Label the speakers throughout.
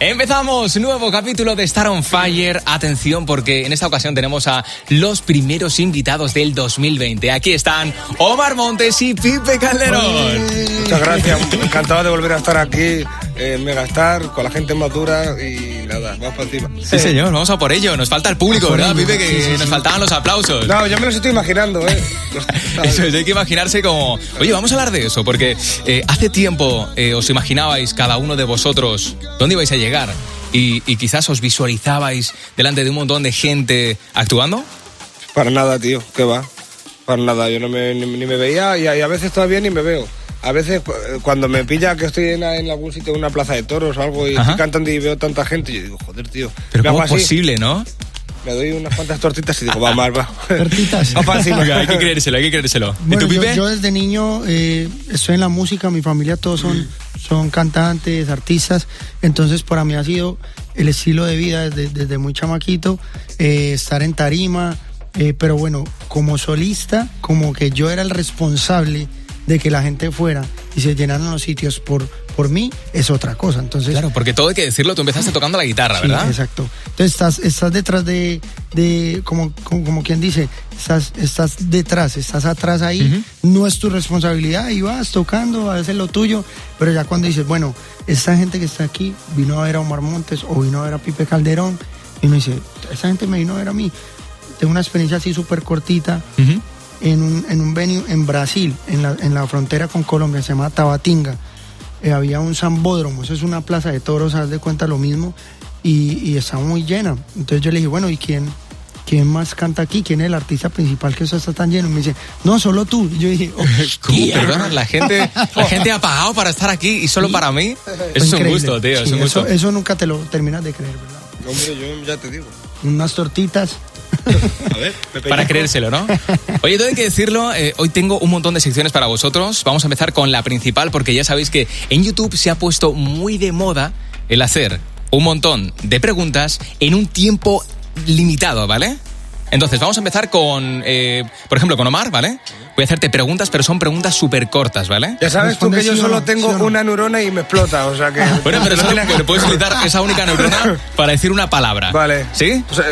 Speaker 1: Empezamos nuevo capítulo de Star on Fire. Atención porque en esta ocasión tenemos a los primeros invitados del 2020. Aquí están Omar Montes y Pipe Calderón.
Speaker 2: Muchas gracias, encantado de volver a estar aquí eh, en Megastar con la gente más dura y nada, más para encima.
Speaker 1: Sí, señor, vamos a por ello. Nos falta el público, ¿verdad, Pipe? Que nos faltaban los aplausos.
Speaker 2: No, yo me los estoy imaginando, ¿eh?
Speaker 1: Eso es, hay que imaginarse como, oye, vamos a hablar de eso, porque eh, hace tiempo eh, os imaginabais cada uno de vosotros dónde ibais a llegar y, y quizás os visualizabais delante de un montón de gente actuando.
Speaker 2: Para nada, tío, que va. Para nada, yo no me, ni, ni me veía y a, y a veces todavía ni me veo. A veces cu- eh, cuando me pilla que estoy en, en algún sitio, en una plaza de toros o algo, y
Speaker 1: Ajá.
Speaker 2: estoy cantando y veo tanta gente, yo digo, joder, tío,
Speaker 1: Pero
Speaker 2: me hago
Speaker 1: ¿cómo es
Speaker 2: así,
Speaker 1: posible, no?
Speaker 2: me doy unas cuantas tortitas y digo, va, más, va.
Speaker 3: Tortitas.
Speaker 2: Va para encima.
Speaker 1: Venga, hay que creérselo, hay que creérselo. ¿Y
Speaker 3: Bueno,
Speaker 1: tú,
Speaker 3: yo,
Speaker 1: Pipe?
Speaker 3: yo desde niño eh, estoy en la música, mi familia todos son, son cantantes, artistas, entonces para mí ha sido el estilo de vida desde, desde muy chamaquito, eh, estar en tarima, eh, pero bueno, como solista, como que yo era el responsable de que la gente fuera y se llenaran los sitios por, por mí, es otra cosa. Entonces,
Speaker 1: Claro, porque todo hay que decirlo, tú empezaste tocando la guitarra,
Speaker 3: Sí,
Speaker 1: ¿verdad?
Speaker 3: exacto. Entonces estás, estás detrás de, de como, como, como quien dice, estás, estás detrás, estás atrás ahí, no es tu responsabilidad, y vas tocando, haces lo tuyo, pero ya cuando dices, bueno, esta gente que está aquí vino a ver a Omar Montes o vino a ver a Pipe Calderón, y uno dice, esta gente me vino a ver a mí. Tengo una experiencia así súper cortita,
Speaker 1: Ujú.
Speaker 3: en un, en un venue en Brasil, en la, en la frontera con Colombia, se llama Tabatinga. Eh, había un zambódromo, eso es una plaza de toros, haz de cuenta lo mismo, y, y estaba muy llena. Entonces yo le dije, bueno, ¿y quién, quién más canta aquí? ¿Quién es el artista principal que eso está tan lleno? Y me dice, no, solo tú. Y yo dije, "Oh,
Speaker 1: ¿Cómo?
Speaker 3: hostia.
Speaker 1: Perdona, la gente, la gente ha pagado para estar aquí y solo para mí. Eso es un
Speaker 3: Increíble.
Speaker 1: gusto, tío. es
Speaker 3: Sí,
Speaker 1: un gusto.
Speaker 3: Eso, eso nunca te lo terminas de creer, ¿verdad?
Speaker 2: Hombre, yo ya te digo.
Speaker 3: Unas tortitas.
Speaker 2: A ver, me
Speaker 1: Para
Speaker 2: pellizco.
Speaker 1: creérselo, ¿no? Oye, todo hay que decirlo, eh, hoy tengo un montón de secciones para vosotros. Vamos a empezar con la principal porque ya sabéis que en YouTube se ha puesto muy de moda el hacer un montón de preguntas en un tiempo limitado, ¿vale? Entonces, vamos a empezar con, eh, por ejemplo, con Omar, ¿vale? Voy a hacerte preguntas, pero son preguntas súper cortas, ¿vale?
Speaker 2: Ya sabes tú
Speaker 3: Responde
Speaker 2: que yo
Speaker 3: sí o
Speaker 2: solo
Speaker 3: no,
Speaker 2: tengo
Speaker 3: sí o no.
Speaker 2: una neurona y me explota, o sea que.
Speaker 1: Bueno, pero
Speaker 2: No
Speaker 1: solo
Speaker 2: tiene que-
Speaker 1: pero puedes utilizar esa única neurona para decir una palabra.
Speaker 2: Vale.
Speaker 1: ¿Sí?
Speaker 2: O sea,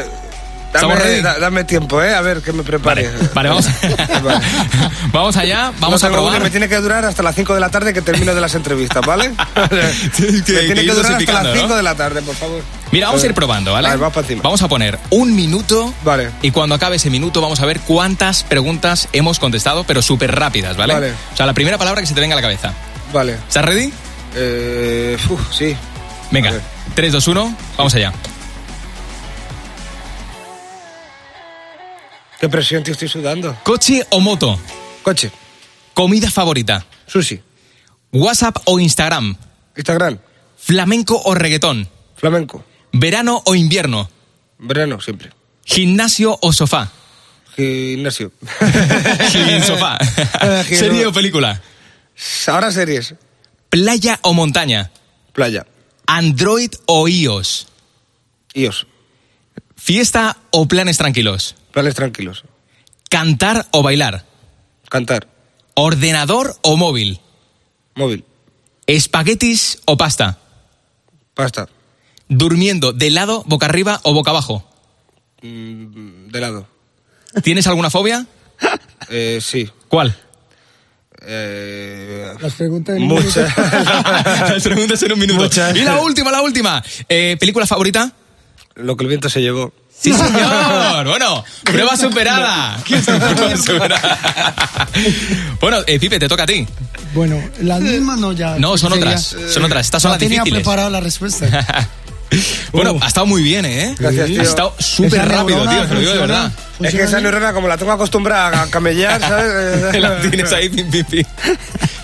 Speaker 1: ¿Estamos ready?
Speaker 2: dame, da- dame tiempo, ¿eh? A ver que me prepare.
Speaker 1: Vale, vamos,
Speaker 2: Vale.
Speaker 1: vamos allá, vamos
Speaker 2: No
Speaker 1: a
Speaker 2: tengo
Speaker 1: probar.
Speaker 2: una, Me tiene que durar hasta las 5 de la tarde que termino de las entrevistas, ¿vale?
Speaker 1: Tienes
Speaker 2: me
Speaker 1: que- que
Speaker 2: tiene que,
Speaker 1: ir
Speaker 2: durar hasta
Speaker 1: dosificando,
Speaker 2: las 5
Speaker 1: ¿no?
Speaker 2: de la tarde, por favor.
Speaker 1: Mira, vamos a ir probando, ¿vale?
Speaker 2: Vale, vamos para encima.
Speaker 1: Vamos a poner un minuto.
Speaker 2: Vale.
Speaker 1: Y cuando acabe ese minuto, vamos a ver cuántas preguntas hemos contestado, pero súper rápidas, ¿vale?
Speaker 2: Vale.
Speaker 1: O sea, la primera palabra que se te venga a la cabeza.
Speaker 2: Vale.
Speaker 1: ¿Estás ready?
Speaker 2: Eh, uf, sí.
Speaker 1: Venga,
Speaker 2: A ver.
Speaker 1: 3, 2, 1, vamos allá.
Speaker 2: Qué presión, tío, estoy sudando.
Speaker 1: ¿Coche o moto?
Speaker 2: Coche,
Speaker 1: ¿Comida favorita?
Speaker 2: sushi,
Speaker 1: ¿WhatsApp o Instagram?
Speaker 2: Instagram,
Speaker 1: ¿Flamenco o reggaetón?
Speaker 2: flamenco,
Speaker 1: ¿Verano o invierno?
Speaker 2: verano, siempre.
Speaker 1: ¿Gimnasio o sofá?
Speaker 2: Gimnasio.
Speaker 1: Gin sofá.
Speaker 2: Eh, gin-
Speaker 1: ¿Serie o película?
Speaker 2: Ahora series.
Speaker 1: ¿Playa o montaña?
Speaker 2: Playa.
Speaker 1: ¿Android o iOS?
Speaker 2: IOS.
Speaker 1: ¿Fiesta o planes tranquilos?
Speaker 2: Planes tranquilos.
Speaker 1: ¿Cantar o bailar?
Speaker 2: Cantar.
Speaker 1: ¿Ordenador o móvil?
Speaker 2: Móvil.
Speaker 1: ¿Espaguetis o pasta?
Speaker 2: Pasta.
Speaker 1: ¿Durmiendo de lado, boca arriba o boca abajo?
Speaker 2: Mm, de lado.
Speaker 1: ¿Tienes alguna fobia?
Speaker 2: Eh, sí.
Speaker 1: ¿Cuál?
Speaker 2: Eh,
Speaker 3: Las preguntas de
Speaker 2: muchas.
Speaker 1: Las preguntas en un minuto.
Speaker 2: Muchas.
Speaker 1: Y la última, la última. Eh, ¿Película favorita?
Speaker 2: Lo que el viento se llevó.
Speaker 1: Sí, señor. Bueno, prueba superada. Prueba superada. Bueno, eh, Pipe, te toca a ti.
Speaker 3: Bueno, las mismas no ya. pues
Speaker 1: No, son
Speaker 3: sería-
Speaker 1: otras. Son otras. Estas son
Speaker 3: No
Speaker 1: las
Speaker 3: tenía
Speaker 1: difíciles.
Speaker 3: preparado la respuesta.
Speaker 1: Bueno,
Speaker 3: Oh.
Speaker 1: ha estado muy bien, ¿eh?
Speaker 2: Gracias,
Speaker 1: Ha
Speaker 2: tío.
Speaker 1: estado súper
Speaker 3: Esa
Speaker 1: rápido,
Speaker 3: neurona
Speaker 1: tío. Te lo digo de
Speaker 3: funciona,
Speaker 1: verdad.
Speaker 2: Es que
Speaker 3: funciona
Speaker 2: esa
Speaker 3: bien.
Speaker 2: neurona, como la tengo acostumbrada a camellar, ¿sabes? Eh,
Speaker 1: la tienes ahí, pim, pim, pim.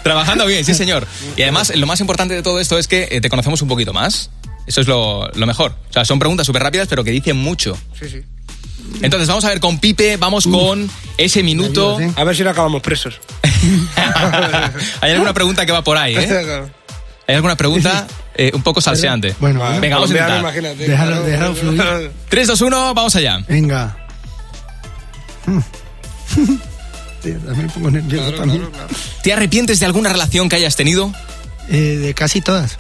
Speaker 1: Trabajando bien, sí, señor. Y además, lo más importante de todo esto es que eh, te conocemos un poquito más. Eso es lo, lo mejor. O sea, son preguntas súper rápidas, pero que dicen mucho.
Speaker 2: Sí, sí.
Speaker 1: Entonces, vamos a ver con Pipe, vamos con ese minuto.
Speaker 3: ayudas,
Speaker 2: A ver si no acabamos presos.
Speaker 1: Hay alguna pregunta que va por ahí, ¿eh? Hay alguna pregunta eh, un poco salseante.
Speaker 3: Bueno,
Speaker 2: Ah,
Speaker 1: venga, vamos a
Speaker 2: colombiano,
Speaker 1: intentar.
Speaker 2: imagínate.
Speaker 3: Déjalo- déjalo fluir.
Speaker 1: 3, 2, 1, vamos allá.
Speaker 3: Venga. Mm. Tío, ya me pongo nervioso también.
Speaker 1: ¿Te arrepientes de alguna relación que hayas tenido?
Speaker 3: Eh, de casi todas.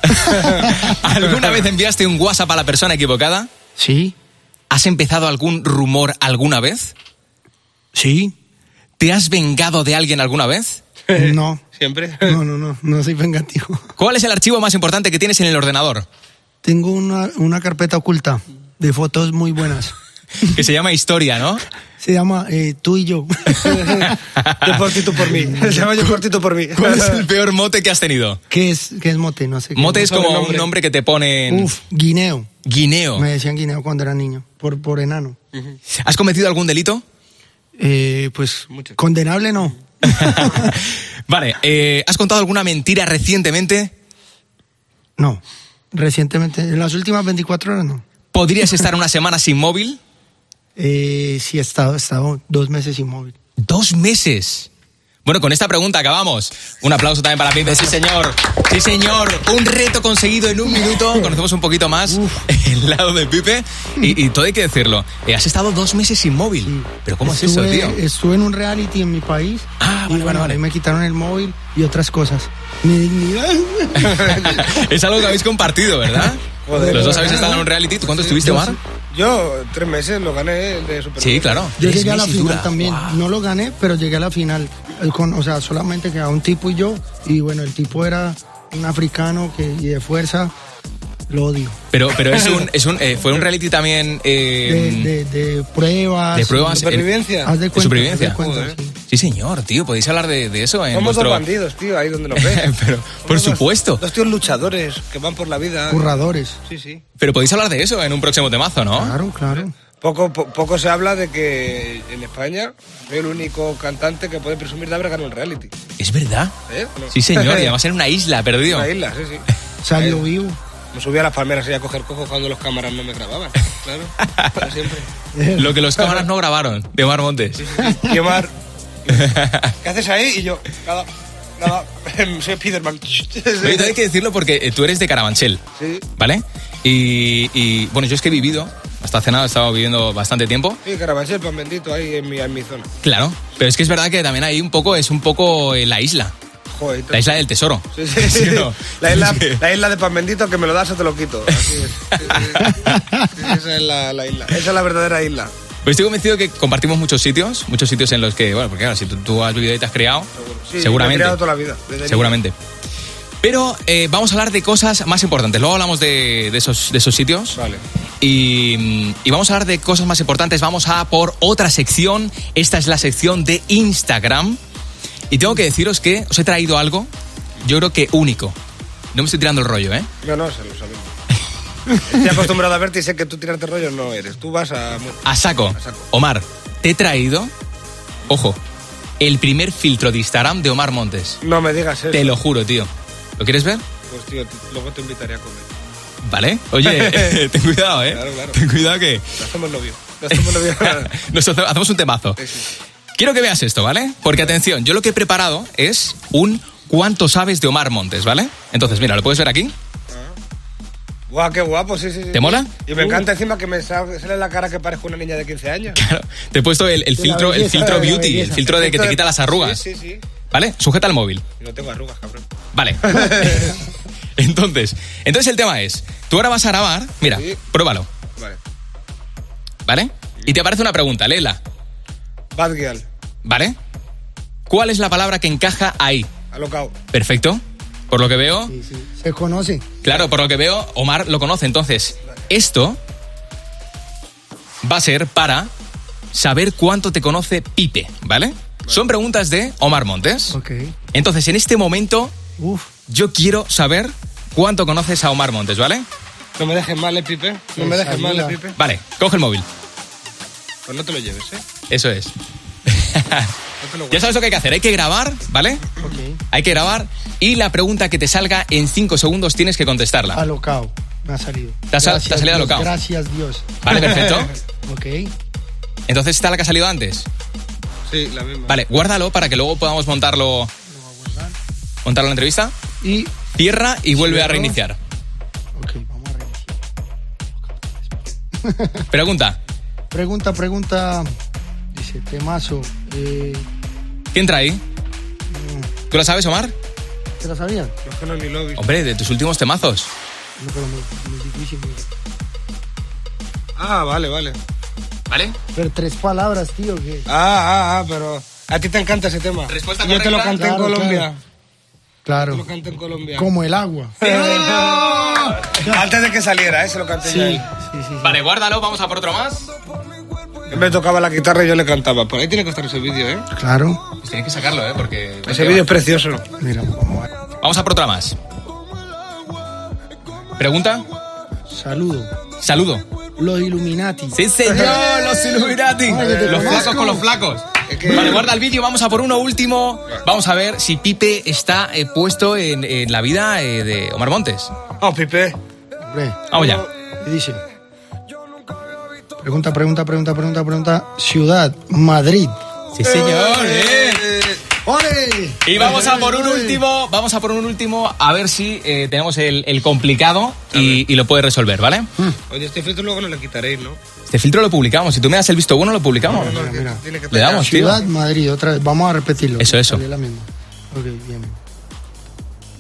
Speaker 1: ¿Alguna vez enviaste un WhatsApp a la persona equivocada?
Speaker 3: Sí,
Speaker 1: ¿Has empezado algún rumor alguna vez?
Speaker 3: sí.
Speaker 1: ¿Te has vengado de alguien alguna vez?
Speaker 3: No.
Speaker 2: Siempre.
Speaker 3: No, no, no, no soy vengativo.
Speaker 1: ¿Cuál es el archivo más importante que tienes en el ordenador?
Speaker 3: Tengo una, una carpeta oculta de fotos muy buenas.
Speaker 1: Que se llama historia, ¿no?
Speaker 3: Se llama eh, Tú y yo.
Speaker 2: yo por ti, tú por mí. Se llama yo por ti, tú por mí.
Speaker 1: ¿Cuál es el peor mote que has tenido?
Speaker 3: ¿Qué es, qué es mote? No sé. qué
Speaker 1: Mote es como
Speaker 2: Nombre.
Speaker 1: un nombre que te ponen
Speaker 3: Uf, guineo.
Speaker 1: guineo.
Speaker 3: Me decían guineo cuando era niño, por, por enano.
Speaker 1: ¿Has cometido algún delito?
Speaker 3: Eh, pues
Speaker 2: Mucho.
Speaker 3: condenable no.
Speaker 1: vale, eh, ¿has contado alguna mentira recientemente?
Speaker 3: No. Recientemente, en las últimas 24 horas no.
Speaker 1: ¿Podrías estar una semana sin móvil?
Speaker 3: Eh, sí, he estado, he estado dos meses inmóvil.
Speaker 1: Dos meses. Bueno, con esta pregunta acabamos. Un aplauso también para Pipe. Sí, señor. Sí, señor. Un reto conseguido en un minuto. Conocemos un poquito más el lado de Pipe. Y, y todo hay que decirlo. Eh, has estado dos meses sin móvil. Pero ¿cómo es
Speaker 3: Estuve-
Speaker 1: eso, tío?
Speaker 3: Estuve en un reality en mi país.
Speaker 1: Ah, vale,
Speaker 3: y
Speaker 1: vale,
Speaker 3: bueno,
Speaker 1: vale.
Speaker 3: ahí me quitaron el móvil y otras cosas. Mi dignidad.
Speaker 1: es algo que habéis compartido, ¿verdad?
Speaker 2: Joder,
Speaker 1: Los dos
Speaker 2: ¿verdad?
Speaker 1: habéis estado en un reality. ¿Tú cuánto estuviste, Omar?
Speaker 2: Yo tres meses lo gané de Super
Speaker 1: Sí, claro.
Speaker 3: Yo
Speaker 1: Tres
Speaker 3: llegué a la
Speaker 1: meses
Speaker 3: final
Speaker 1: dura.
Speaker 3: también.
Speaker 1: Guau.
Speaker 3: No lo gané, pero llegué a la final. Eh, con- o sea, solamente quedaba un tipo y yo. Y bueno, el tipo era un africano que, y de fuerza. Lo odio.
Speaker 1: Pero, pero es un, es un, eh, fue un reality también eh,
Speaker 3: De, de- de pruebas.
Speaker 1: de pruebas. en-
Speaker 2: Supervivencia.
Speaker 3: Haz de
Speaker 1: de
Speaker 3: cuenta.
Speaker 1: supervivencia.
Speaker 3: haz de cuenta,
Speaker 2: Joder.
Speaker 3: sí.
Speaker 1: Sí, señor, tío. Podéis hablar de, de eso en
Speaker 2: Somos
Speaker 1: vuestro-
Speaker 2: dos bandidos, tío, ahí donde nos ves.
Speaker 1: Pero, por
Speaker 2: Somos dos-
Speaker 1: supuesto.
Speaker 2: Dos tíos luchadores que van por la vida.
Speaker 3: Curradores.
Speaker 2: Sí, sí.
Speaker 1: Pero podéis hablar de eso en un próximo temazo, ¿no? Eh,
Speaker 3: Claro, claro.
Speaker 2: Poco, po- poco se habla de que en España soy el único cantante que puede presumir de haber ganado un reality.
Speaker 1: Es verdad.
Speaker 2: ¿eh?
Speaker 1: Sí, señor. Y además en una isla, perdido.
Speaker 2: Una isla, sí, sí.
Speaker 1: eh.
Speaker 3: Salió vivo.
Speaker 2: Me subí a las palmeras y a coger cojos cuando los cámaras no me grababan. Claro, para siempre.
Speaker 1: Lo que los cámaras no grabaron de Omar Montes.
Speaker 2: Quemar. ¿Qué haces ahí? Y yo, nada, nada, soy Spiderman.
Speaker 1: Pero hay que decirlo porque eh, tú eres de Carabanchel.
Speaker 2: Sí.
Speaker 1: ¿Vale? Y, y, bueno, yo es que he vivido, hasta hace nada he estado viviendo bastante tiempo.
Speaker 2: Sí, Carabanchel, pan bendito, ahí en mi, en mi zona.
Speaker 1: Claro. Pero es que es verdad que también ahí un poco es un poco eh, la isla.
Speaker 2: Joder,
Speaker 1: La isla del tesoro.
Speaker 2: Sí, sí, sí.
Speaker 1: ¿Sí o no?
Speaker 2: La, isla,
Speaker 1: Sí.
Speaker 2: la isla de pan bendito, que me lo das o te lo quito. Así es. Sí, sí, sí. Esa es la, la isla. Esa es la verdadera isla.
Speaker 1: Pues estoy convencido que compartimos muchos sitios, muchos sitios en los que, bueno, porque claro, si tú, tú has vivido y te has criado,
Speaker 2: Sí,
Speaker 1: seguramente.
Speaker 2: Me he criado toda la vida. desde niño.
Speaker 1: Seguramente. Pero eh, vamos a hablar de cosas más importantes. Luego hablamos de, de esos, de esos sitios.
Speaker 2: Vale.
Speaker 1: Y, mm, y vamos a hablar de cosas más importantes. Vamos a por otra sección. Esta es la sección de Instagram. Y tengo que deciros que os he traído algo, yo creo que único. No me estoy tirando el rollo, ¿eh?
Speaker 2: No, no, se lo sabemos. Estoy acostumbrado a verte y sé que tú tirarte rollos no eres. Tú vas a...
Speaker 1: A saco.
Speaker 2: A saco.
Speaker 1: Omar, te he traído, ojo, el primer filtro de Instagram de Omar Montes.
Speaker 2: No me digas eso.
Speaker 1: Te lo juro, tío. ¿Lo quieres ver?
Speaker 2: Pues tío, te- luego te invitaré a comer.
Speaker 1: ¿Vale? Oye, ten cuidado, ¿eh?
Speaker 2: Claro, claro.
Speaker 1: Ten cuidado que...
Speaker 2: No hacemos novio. No hacemos novio.
Speaker 1: Nos hace- hacemos un temazo.
Speaker 2: Sí, sí.
Speaker 1: Quiero que veas esto, ¿vale? Porque atención, yo lo que he preparado es un cuánto sabes de Omar Montes, ¿vale? Entonces, mira, lo puedes ver aquí.
Speaker 2: Guau, qué guapo, sí, sí, sí.
Speaker 1: ¿Te mola?
Speaker 2: Y me
Speaker 3: Uh.
Speaker 2: encanta encima que me sal- sale la cara que parezco una niña de 15 años.
Speaker 1: Claro, te he puesto el, el
Speaker 3: De la
Speaker 1: filtro, el
Speaker 3: belleza,
Speaker 1: filtro
Speaker 3: de la
Speaker 1: beauty, el
Speaker 3: belleza.
Speaker 1: filtro de que te quita las arrugas,
Speaker 2: Sí, sí, sí.
Speaker 1: ¿vale? Sujeta el móvil.
Speaker 2: Y no tengo arrugas, cabrón.
Speaker 1: Vale. entonces, entonces el tema es, tú ahora vas a grabar, mira,
Speaker 2: Sí.
Speaker 1: pruébalo,
Speaker 2: Vale.
Speaker 1: ¿vale? Y te aparece una pregunta, léela,
Speaker 2: Bad girl.
Speaker 1: ¿vale? ¿Cuál es la palabra que encaja ahí?
Speaker 2: Alocao.
Speaker 1: Perfecto. Por lo que veo,
Speaker 3: Sí, sí. Se conoce.
Speaker 1: Claro, por lo que veo, Omar lo conoce. Entonces, esto va a ser para saber cuánto te conoce Pipe, ¿vale? Son preguntas de Omar Montes.
Speaker 3: Ok.
Speaker 1: Entonces, en este momento,
Speaker 3: Uf.
Speaker 1: yo quiero saber cuánto conoces a Omar Montes, ¿vale?
Speaker 2: No me dejes mal, eh, Pipe. No me
Speaker 3: Pues
Speaker 2: dejes mal, eh,
Speaker 3: ayuda.
Speaker 2: Pipe.
Speaker 1: Vale, coge el móvil.
Speaker 2: Pues no te lo lleves, eh.
Speaker 1: Eso es.
Speaker 2: No te lo
Speaker 1: ya sabes lo que hay que hacer. Hay que grabar, ¿vale?
Speaker 3: Ok.
Speaker 1: Hay que grabar y la pregunta que te salga en 5 segundos tienes que contestarla.
Speaker 3: Alocao. Me ha salido.
Speaker 1: Te ha sal- te ha salido
Speaker 3: Dios,
Speaker 1: alocao.
Speaker 3: Gracias, Dios.
Speaker 1: Vale, perfecto.
Speaker 3: Ok.
Speaker 1: Entonces está la que ha salido antes.
Speaker 2: Sí, la misma.
Speaker 1: Vale, guárdalo para que luego podamos montarlo. Montarlo en la entrevista.
Speaker 3: Y.
Speaker 1: Cierra y vuelve a
Speaker 3: Cierro.
Speaker 1: reiniciar.
Speaker 3: Ok, vamos a reiniciar.
Speaker 1: Pregunta:
Speaker 3: Pregunta, pregunta. Dice, temazo. Eh,
Speaker 1: ¿quién trae? ¿Tú la sabes, Omar?
Speaker 3: ¿Te la sabían?
Speaker 2: Yo es que no ni lo he visto.
Speaker 1: Hombre, de tus últimos temazos.
Speaker 3: No, pero muy, muy difícil. muy-
Speaker 1: Oh.
Speaker 2: Ah, vale, vale.
Speaker 1: ¿Vale?
Speaker 3: Pero tres palabras, tío. que-
Speaker 2: Ah, ah, ah, pero a ti te encanta ese tema.
Speaker 1: Respuesta
Speaker 2: Yo te lo
Speaker 1: correcta.
Speaker 2: canté
Speaker 3: Claro,
Speaker 2: en Colombia.
Speaker 3: claro.
Speaker 2: Te
Speaker 3: Claro.
Speaker 2: lo canté en Colombia.
Speaker 3: Como el agua.
Speaker 2: Antes de que saliera, ¿eh? Se lo canté
Speaker 3: Sí,
Speaker 2: yo a
Speaker 3: sí,
Speaker 2: él.
Speaker 3: sí. sí.
Speaker 1: Vale, guárdalo, vamos a por otro más.
Speaker 2: Él me tocaba la guitarra y yo le cantaba. Por ahí tiene que estar ese vídeo, ¿eh?
Speaker 3: Claro.
Speaker 1: Pues tienes que sacarlo, ¿eh? Porque...
Speaker 2: Ese vídeo es precioso.
Speaker 3: Mira, vamos a ver.
Speaker 1: Vamos a por otra más. ¿Pregunta?
Speaker 3: saludo.
Speaker 1: Saludo.
Speaker 3: Los Illuminati.
Speaker 1: Sí, señor, los Illuminati.
Speaker 3: Ay, te
Speaker 1: Los
Speaker 3: conozco.
Speaker 1: flacos con los flacos.
Speaker 2: Es que-
Speaker 1: Vale, guarda el vídeo, vamos a por uno último. Vamos a ver si Pipe está eh, puesto en, en la vida eh, de Omar Montes.
Speaker 2: Oh, Pipe.
Speaker 3: Hombre.
Speaker 1: Vamos ya.
Speaker 3: Y dice. Pregunta, pregunta, pregunta, pregunta, pregunta. Ciudad, Madrid.
Speaker 1: Sí, señor. eh.
Speaker 3: eh,
Speaker 1: bien.
Speaker 2: Eh.
Speaker 3: ¡Ole!
Speaker 1: Y vamos a por
Speaker 3: eh.
Speaker 1: un último, vamos a por un último, a ver si eh, tenemos el, el complicado y, y lo puede resolver, ¿vale?
Speaker 2: Oye, este filtro luego no lo quitaréis, ¿no?
Speaker 1: Este filtro lo publicamos, si tú me das el visto bueno lo publicamos.
Speaker 3: Mira, mira.
Speaker 2: Tiene que
Speaker 1: Le damos, tío.
Speaker 3: Ciudad, Madrid, otra vez. Vamos a repetirlo.
Speaker 1: Eso, eso.
Speaker 3: Salió la misma. Ok, bien.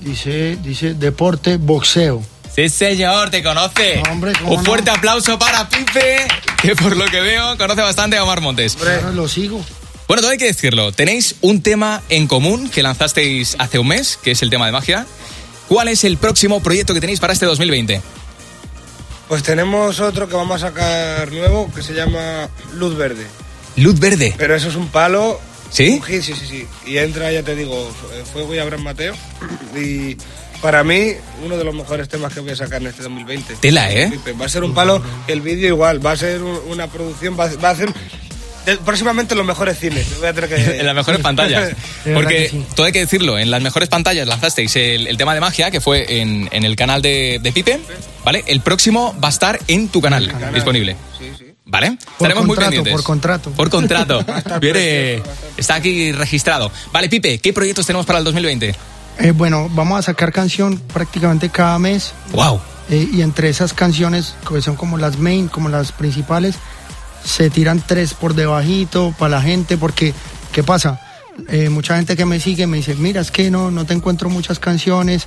Speaker 3: Dice, dice deporte, boxeo.
Speaker 1: Sí, señor, te conoce.
Speaker 3: No, hombre, ¿cómo
Speaker 1: un fuerte
Speaker 3: no?
Speaker 1: aplauso para Pipe, que por lo que veo conoce bastante a Omar Montes.
Speaker 3: Ahora lo sigo.
Speaker 1: Bueno, todo hay que decirlo. Tenéis un tema en común que lanzasteis hace un mes, que es el tema de magia. ¿Cuál es el próximo proyecto que tenéis para este 2020?
Speaker 2: Pues tenemos otro que vamos a sacar nuevo que se llama Luz Verde.
Speaker 1: Luz verde.
Speaker 2: Pero eso es un palo.
Speaker 1: ¿Sí?
Speaker 2: Un hit, sí, sí, sí. Y entra, ya te digo, eh, Fuego y Abraham Mateo. Y para mí, uno de los mejores temas que voy a sacar en este 2020.
Speaker 1: Tela, ¿eh?
Speaker 2: Pipe, Va a ser un palo, el vídeo igual, va a ser un- una producción, va a, va a ser de- próximamente los mejores cines. Voy a tener que...
Speaker 1: En las mejores pantallas.
Speaker 3: De Eh, verdad
Speaker 1: Porque
Speaker 3: que sí.
Speaker 1: todo hay que decirlo, en las mejores pantallas lanzasteis el, el tema de magia, que fue en, en el canal de, de Pipe, ¿vale? El próximo va a estar en tu canal, disponible.
Speaker 2: Sí, sí.
Speaker 1: ¿Vale?
Speaker 3: Por
Speaker 1: Estaremos muy
Speaker 3: contrato,
Speaker 1: pendientes.
Speaker 3: por contrato.
Speaker 1: Por contrato. Viene, está aquí registrado. Vale, Pipe, ¿qué proyectos tenemos para el 2020?
Speaker 3: Eh, bueno, vamos a sacar canción prácticamente cada mes.
Speaker 1: ¡Wow!
Speaker 3: eh, y entre esas canciones, que son como las main, como las principales, se tiran tres por debajito para la gente, porque, ¿qué pasa? Eh, mucha gente que me sigue me dice, mira, es que no, no te encuentro muchas canciones,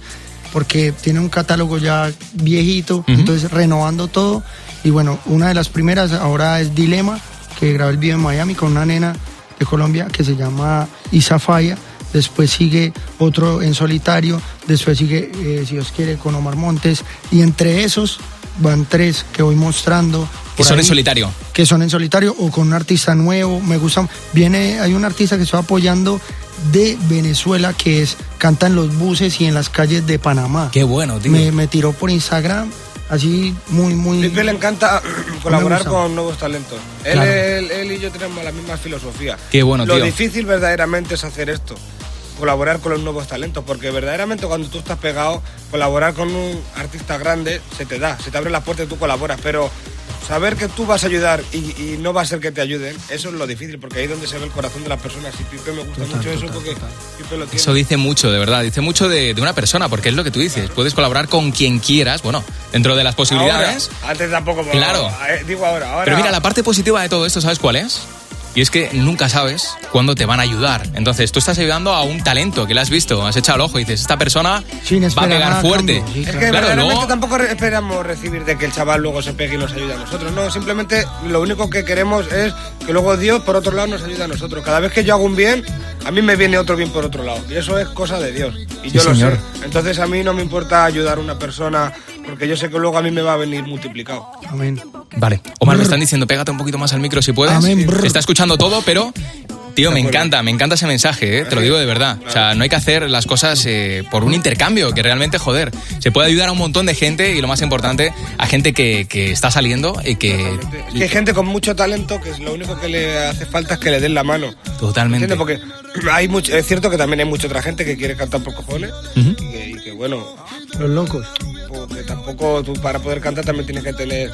Speaker 3: porque tiene un catálogo ya viejito, entonces renovando todo. Y bueno, una de las primeras ahora es Dilema, que grabé el video en Miami con una nena de Colombia que se llama Isafaya. Después sigue otro en solitario. Después sigue, eh, si Dios quiere, con Omar Montes. Y entre esos van tres que voy mostrando.
Speaker 1: Que
Speaker 3: por
Speaker 1: son en
Speaker 3: ahí,
Speaker 1: solitario.
Speaker 3: Que son en solitario o con un artista nuevo. Me gusta. Viene, hay un artista que estoy apoyando de Venezuela que es canta en los buses y en las calles de Panamá.
Speaker 1: Qué bueno, tío.
Speaker 3: me, me tiró por Instagram, así muy, muy.
Speaker 2: Pipe le encanta colaborar
Speaker 3: gusta.
Speaker 2: con nuevos talentos. Él,
Speaker 3: Claro.
Speaker 2: él- él y yo tenemos la misma filosofía.
Speaker 1: Qué bueno,
Speaker 2: Lo
Speaker 1: tío.
Speaker 2: difícil verdaderamente es hacer esto. Colaborar con los nuevos talentos, porque verdaderamente cuando tú estás pegado, colaborar con un artista grande se te da, se te abre las puertas y tú colaboras, pero saber que tú vas a ayudar y, y no va a ser que te ayuden, eso es lo difícil, porque ahí es donde se ve el corazón de las personas. Y Pipe me gusta mucho eso porque Pipe lo tiene.
Speaker 1: Eso dice mucho, de verdad, dice mucho de, de una persona, porque es lo que tú dices. Puedes colaborar con quien quieras, bueno, dentro de las
Speaker 2: Ahora,
Speaker 1: posibilidades.
Speaker 2: antes tampoco, pero-
Speaker 1: Claro.
Speaker 2: eh, digo ahora, ahora.
Speaker 1: Pero mira, la parte positiva de todo esto, ¿sabes cuál es? Y es que nunca sabes cuándo te van a ayudar. Entonces, tú estás ayudando a un talento que le has visto, has echado el ojo y dices, esta persona
Speaker 3: Sin
Speaker 1: va a
Speaker 3: esperar nada
Speaker 1: pegar
Speaker 3: a
Speaker 1: fuerte.
Speaker 3: cambio. Sí,
Speaker 2: Es que
Speaker 3: Claro,
Speaker 2: verdaderamente
Speaker 1: luego-
Speaker 2: tampoco re- esperamos recibir de que el chaval luego se pegue y nos ayude a nosotros. No, simplemente lo único que queremos es que luego Dios, por otro lado, nos ayude a nosotros. Cada vez que yo hago un bien, a mí me viene otro bien por otro lado. Y eso es cosa de Dios. Y yo
Speaker 1: señor.
Speaker 2: lo sé. Entonces a mí no me importa ayudar a una persona porque yo sé que luego a mí me va a venir multiplicado.
Speaker 3: Amén.
Speaker 1: Vale. Omar, me están diciendo, pégate un poquito más al micro si puedes.
Speaker 3: Amén, brr.
Speaker 1: Se Está escuchando todo, pero... Tío, me encanta, me encanta ese mensaje, ¿eh? te lo digo de verdad. O sea, no hay que hacer las cosas eh, por un intercambio, que realmente, joder, se puede ayudar a un montón de gente y lo más importante, a gente que, que está saliendo y que...
Speaker 2: Es que hay gente con mucho talento que es lo único que le hace falta es que le den la mano.
Speaker 1: Totalmente.
Speaker 2: ¿Entiendes? Porque hay mucho, es cierto que también hay mucha otra gente que quiere cantar por cojones
Speaker 1: Ujú.
Speaker 2: y que- y que bueno,
Speaker 3: Los locos.
Speaker 2: Porque tampoco tú para poder cantar también tienes que tener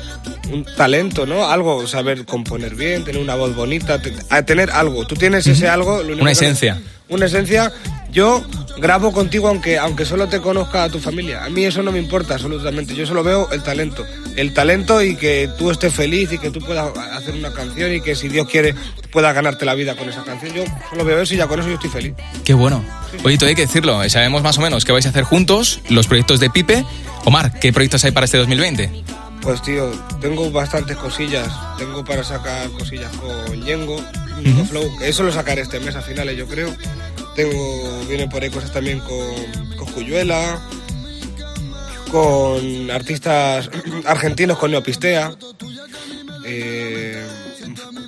Speaker 2: un talento, ¿no? Algo, saber componer bien, tener una voz bonita, te- a tener algo. Tú tienes ese algo. lo único
Speaker 1: Una
Speaker 2: que-
Speaker 1: esencia.
Speaker 2: Una esencia. Yo grabo contigo aunque, aunque solo te conozca a tu familia. A mí eso no me importa absolutamente. Yo solo veo el talento. El talento y que tú estés feliz y que tú puedas hacer una canción y que si Dios quiere puedas ganarte la vida con esa canción. Yo solo veo eso y ya con eso yo estoy feliz.
Speaker 1: Qué bueno. Oye, todo hay que decirlo. eh, Sabemos más o menos qué vais a hacer juntos, los proyectos de Pipe. Omar, ¿qué proyectos hay para este 2020?
Speaker 2: Pues tío, tengo bastantes cosillas. Tengo para sacar cosillas con Yengo, Yengo Flow, que eso lo sacaré este mes a finales, yo creo. Tengo, vienen por ahí cosas también con, con Cuyuela, con artistas argentinos con Neopistea. Eh,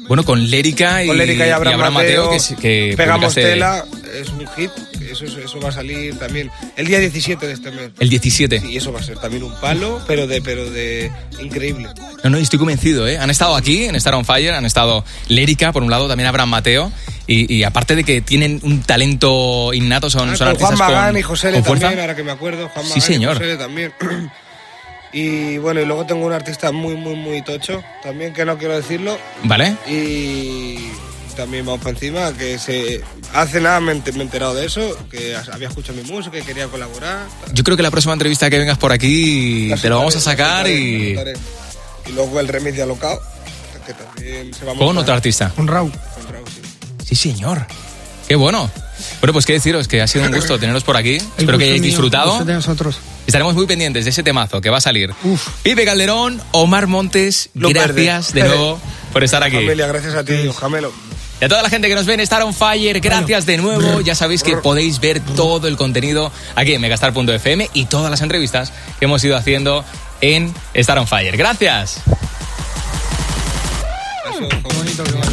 Speaker 1: Bueno, con Lérica y,
Speaker 2: con Lérica y Abraham, Mateo,
Speaker 1: que, que
Speaker 2: Pegamos
Speaker 1: publicaste
Speaker 2: Tela, es un hit, eso, eso va a salir también el día 17 de este mes.
Speaker 1: el 17.
Speaker 2: Y eso va a ser también un palo, pero de, pero de increíble.
Speaker 1: No, no, y estoy convencido, ¿eh? Han estado aquí, en Star on Fire, han estado Lérica, por un lado, también Abraham Mateo. Y, y aparte de que tienen un talento innato, son, son
Speaker 2: Ah, con Juan
Speaker 1: artistas
Speaker 2: Magán
Speaker 1: con,
Speaker 2: y José Le
Speaker 1: con fuerza.
Speaker 2: también, ahora que me acuerdo. Juan
Speaker 1: Sí,
Speaker 2: Magán
Speaker 1: señor.
Speaker 2: y José Le también. Y bueno, y luego tengo un artista muy, muy, muy tocho, también que no quiero decirlo.
Speaker 1: ¿Vale?
Speaker 2: Y también vamos para encima, que se hace nada me ent- me he enterado de eso, que había escuchado mi música y quería colaborar.
Speaker 1: Yo creo que la próxima entrevista que vengas por aquí
Speaker 2: La
Speaker 1: te lo vamos a
Speaker 2: soltaré,
Speaker 1: sacar
Speaker 2: la
Speaker 1: y.
Speaker 2: soltaré, la soltaré. Y luego el remix de Alocao, que también se va a
Speaker 1: con
Speaker 2: montar.
Speaker 1: otro artista.
Speaker 3: Con Raúl.
Speaker 2: Con Raúl, sí.
Speaker 1: Sí, señor. Qué bueno. Bueno, pues qué deciros, que ha sido un gusto teneros por aquí.
Speaker 3: El
Speaker 1: Espero que
Speaker 3: gusto
Speaker 1: hayáis
Speaker 3: mío, gusto
Speaker 1: disfrutado.
Speaker 3: de nosotros.
Speaker 1: Estaremos muy pendientes de ese temazo que va a salir.
Speaker 3: Uf.
Speaker 1: Pipe Calderón, Omar Montes,
Speaker 2: Luz
Speaker 1: gracias
Speaker 2: verde.
Speaker 1: de nuevo por estar aquí.
Speaker 2: Familia, gracias a ti, Jamelo.
Speaker 1: Y a toda la gente que nos ve en Star on Fire, gracias de nuevo. Ya sabéis que podéis ver todo el contenido aquí en megastar.fm y todas las entrevistas que hemos ido haciendo en Star on Fire. Gracias.
Speaker 2: Eso, Jamelo.